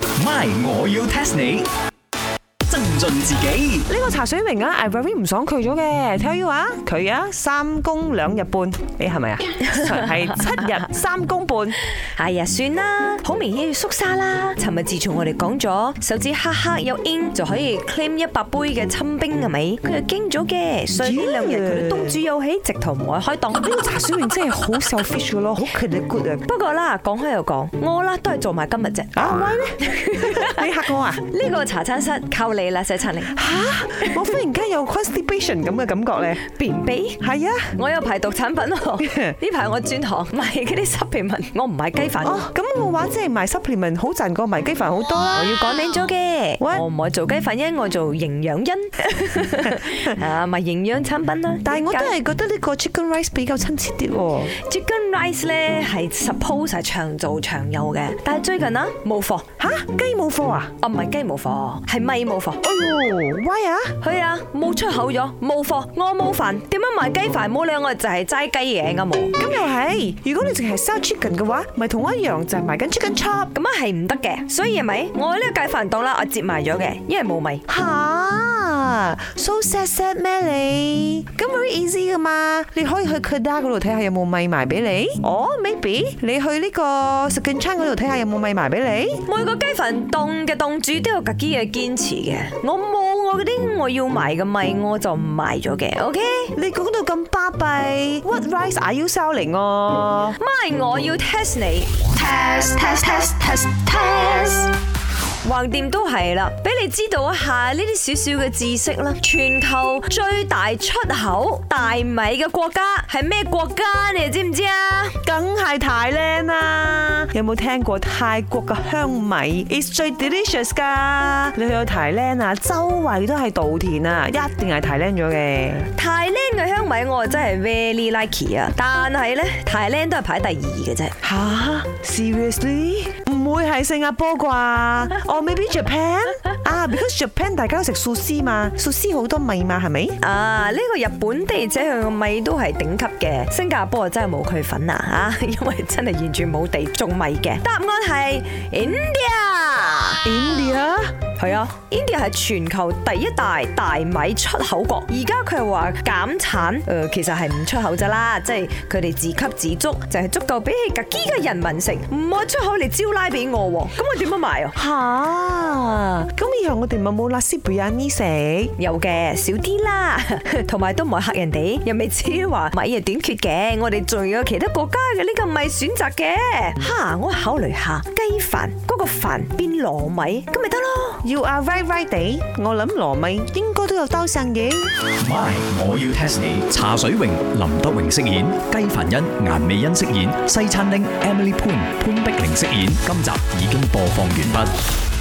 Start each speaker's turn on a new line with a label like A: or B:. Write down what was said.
A: My，我要 test 你。增進自己
B: 呢個茶水明啊，I very 唔爽佢咗嘅，tell you 啊，佢啊三公兩日半，你係咪 啊？係七日三公半，
C: 哎呀，算啦，好明顯要縮沙啦。尋日自從我哋講咗手指黑黑有 in 就可以 claim 一百杯嘅親冰係咪？佢就驚咗嘅，所以呢兩日佢都東主有喜，直頭唔愛開 檔。
B: 茶水明真係好 selfish 嘅咯，好 c r good 啊！
C: 不過啦，講開又講，我啦都係做埋今日啫。
B: 啊 喂，你嚇我啊！
C: 呢個茶餐室靠你啦，寫陳玲。
B: 嚇，我忽然間有 constipation 咁嘅感覺咧，
C: 便秘？
B: 係啊，
C: 我有排毒產品 喎，呢排我轉行賣嗰啲濕皮文，我唔賣雞飯。
B: 哦，咁我話即係賣 supplement 好賺過賣雞飯好多
C: 我
B: 啦。
C: 要講靚咗嘅，
B: What？
C: 我唔係做雞飯因， 我做營 養因啊，咪營養產品啦。
B: 但係我都係覺得呢個 chicken rice 比較親切啲喎。
C: chicken rice 咧係 suppose 係長做長有嘅，但係最近啊冇貨，
B: 吓，雞冇貨啊？
C: 啊唔係雞冇貨，係咪冇貨。
B: 哎呦，why 啊？
C: 佢啊冇出口咗，冇貨，我冇飯，點樣賣雞飯？冇兩個就係齋雞嘢啱冇。
B: 咁又係，如果你淨係 sell chicken 嘅話，咪同我一樣就係賣緊 chicken chop。
C: 咁啊係唔得嘅，所以係咪我呢個雞飯檔啦，我接埋咗嘅，因為冇米。
B: 吓 s o sad sad 咩你？咁 very easy 噶嘛，你可以去 k a d a 嗰度睇下有冇米埋俾你。哦、m a y b e 你去呢個食券餐嗰度睇下有冇米埋俾你。
C: 每個雞飯檔嘅檔主都有自己嘅堅持嘅，我冇我嗰啲我要賣嘅米我就唔賣咗嘅，OK？
B: 你講到咁巴閉，what rice are you selling 啊？
C: 咪我要 test 你
D: test test test test test
C: 橫掂都係啦，俾你知道一下呢啲少少嘅知識啦。全球最大出口大米嘅國家係咩國家？你哋知唔知啊？
B: 梗係泰靚啦！有冇聽過泰國嘅香米？It's 最 delicious 噶！你去到泰靚啊，周圍都係稻田啊，一定係泰靚咗嘅。
C: 泰靚嘅香米我真係 very lucky 啊！但係呢，泰靚都係排第二嘅啫。
B: 吓？Seriously？唔會係新加坡啩？Or maybe Japan？啊，because Japan 大家都食壽司嘛，壽司好多米嘛，係咪？
C: 啊！呢、個日本地者佢個米都係頂級嘅，新加坡啊真係冇佢份啊 嚇，因為真係完全冇地種米嘅。答案係 India，
B: India？
C: 係啊，India 係全球第一大大米出口國。而家佢係話減產，誒、呃其實係唔出口咋啦，即係佢哋自給自足，就係、足夠俾起格基嘅人民食，唔好出口嚟招拉俾我喎，咁我點樣賣啊？
B: 吓？咁以後我哋咪冇 nasi biryani 食？
C: 有嘅少啲啦， 同埋都唔係嚇人哋，又未至於話米係短缺嘅。我哋仲有其他國家嘅呢個米選擇嘅。哈，我考慮下雞飯嗰個飯變糯米，咁咪得咯。
B: 要啊 right right 地，我諗糯米應該都有兜剩嘅。
A: ，My，我要 test 你。茶水榮、林德榮飾演，雞凡欣、顏美欣飾演，西餐廳 Emily Poon 潘碧玲飾演。今集已經播放完畢。